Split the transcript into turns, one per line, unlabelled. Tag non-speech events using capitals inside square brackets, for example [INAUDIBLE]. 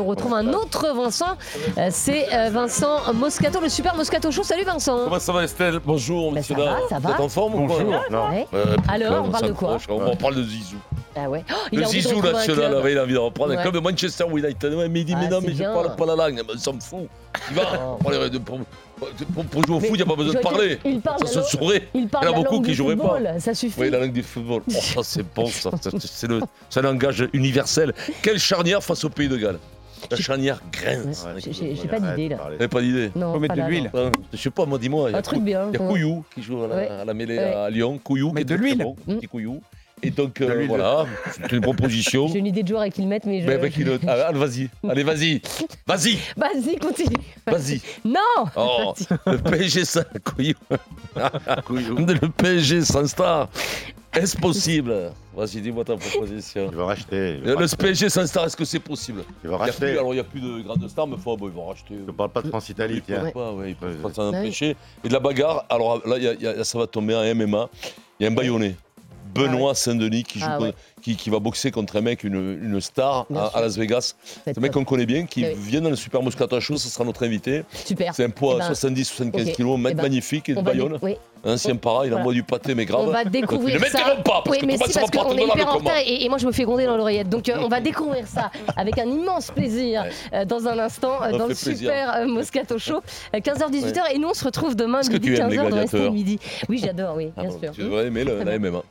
On retrouve un autre Vincent, euh, c'est euh, Vincent Moscato, le super Moscato Show. Salut Vincent
Comment ça va Estelle Bonjour,
Ben,
monsieur
ça va,
Dard.
ça
Vous êtes
va.
en forme ou
Bonjour.
quoi
Non.
Ouais.
Euh, putain,
Alors, on parle de quoi
s'accroche, On va parler de Zizou.
Ah ouais. Oh, il
Le
a envie de
Zizou
retrouver un
national,
club.
là, il a envie de reprendre
Ouais.
un club de Manchester United. Ouais, mais il dit,
Ah,
mais non,
c'est
mais je
bien.
parle pas la langue, mais on s'en fout. Il va.
Oh.
Pour, les- pour- pour- pour jouer au foot, il n'y a pas besoin de
Mais
parler.
Il parle,
Ça se
la-
saurait.
il parle
Il y en a
la
beaucoup
langue
qui
du
joueraient pas.
football, Ça suffit.
Oui, la langue du football. Oh, ça, c'est bon, ça. Ça, C'est le, c'est un langage universel. Quelle charnière face au pays de Galles La charnière grince.
Ouais, j'ai- j'ai- j'ai pas d'idée là.
J'avais pas d'idée.
Non,
Faut mettre
pas
de
là,
l'huile.
Hein, Je sais pas, moi, dis-moi. il y
non.
a
Un truc bien.
Il y a
quoi.
Couillou qui joue à la,
Ouais.
à la mêlée
Ouais.
à Lyon. Couillou.
Mais
qui est
de
très
l'huile.
bon,
Mm.
Petit Couillou. Et donc, euh,
l'huile.
voilà, c'est une proposition.
J'ai une idée de joueur à qui le mettre, mais je.
Mais avec une... ah, allez, vas-y. Allez, vas-y. Vas-y.
[LAUGHS] Vas-y, continue.
Vas-y.
Non [LAUGHS]
Oh,
Vas-y.
le PSG sans Couillou. Le PSG sans star. Est-ce possible Vas-y, dis-moi ta proposition.
Ils vont racheter. Ils
Euh,
vont
Le PSG sans star, est-ce que c'est possible Il y a
racheter.
plus- Alors, il n'y a plus de grande star, mais faut, bon, ils vont racheter. euh,
Je ne parle pas de Transitalie,
Ils
tiens.
peuvent pas, ouais, ils peuvent
Ouais,
pas
ouais.
s'en
Ah oui.
empêcher. Et de la bagarre, alors là, il y a- il y a- ça va tomber en MMA. Il y a un baïonné. Benoît Saint-Denis qui, joue
Ah
con-
ouais.
qui, qui va boxer contre un mec, une, une star
Bien
à,
sûr.
à Las Vegas.
Ça va
Ce
être
mec
top.
qu'on connaît bien, qui
Ah oui.
vient dans le Super Moscato Show, ce sera notre invité.
Super.
C'est un poids
Eh ben,
à 70-75
ok.
kilos, un mec
Eh ben,
magnifique, et de
On va dé-
Bayonne.
oui.
Ancien para, il
Voilà.
envoie du pâté, mais grave.
On
[LAUGHS]
va découvrir
ne
ça.
m'interromps pas, parce
oui,
que
mais
tout
si,
ça va
parce
pas
qu'on
te
est
donner
hyper en
le
retard et, et moi je me fais gronder dans l'oreillette. Donc euh, on
[LAUGHS]
va découvrir ça avec un immense plaisir
Ouais.
euh, dans un instant euh,
Ça
dans
fait
le
plaisir.
super euh, Moscato Show. Euh, 15h-18h et nous on se retrouve demain
Est-ce que
midi
tu aimes les
15h de rester
gladiateurs
midi. Oui j'adore, oui,
Ah
bien
bon,
sûr.
Tu devrais aimer le-
Très
la MMA.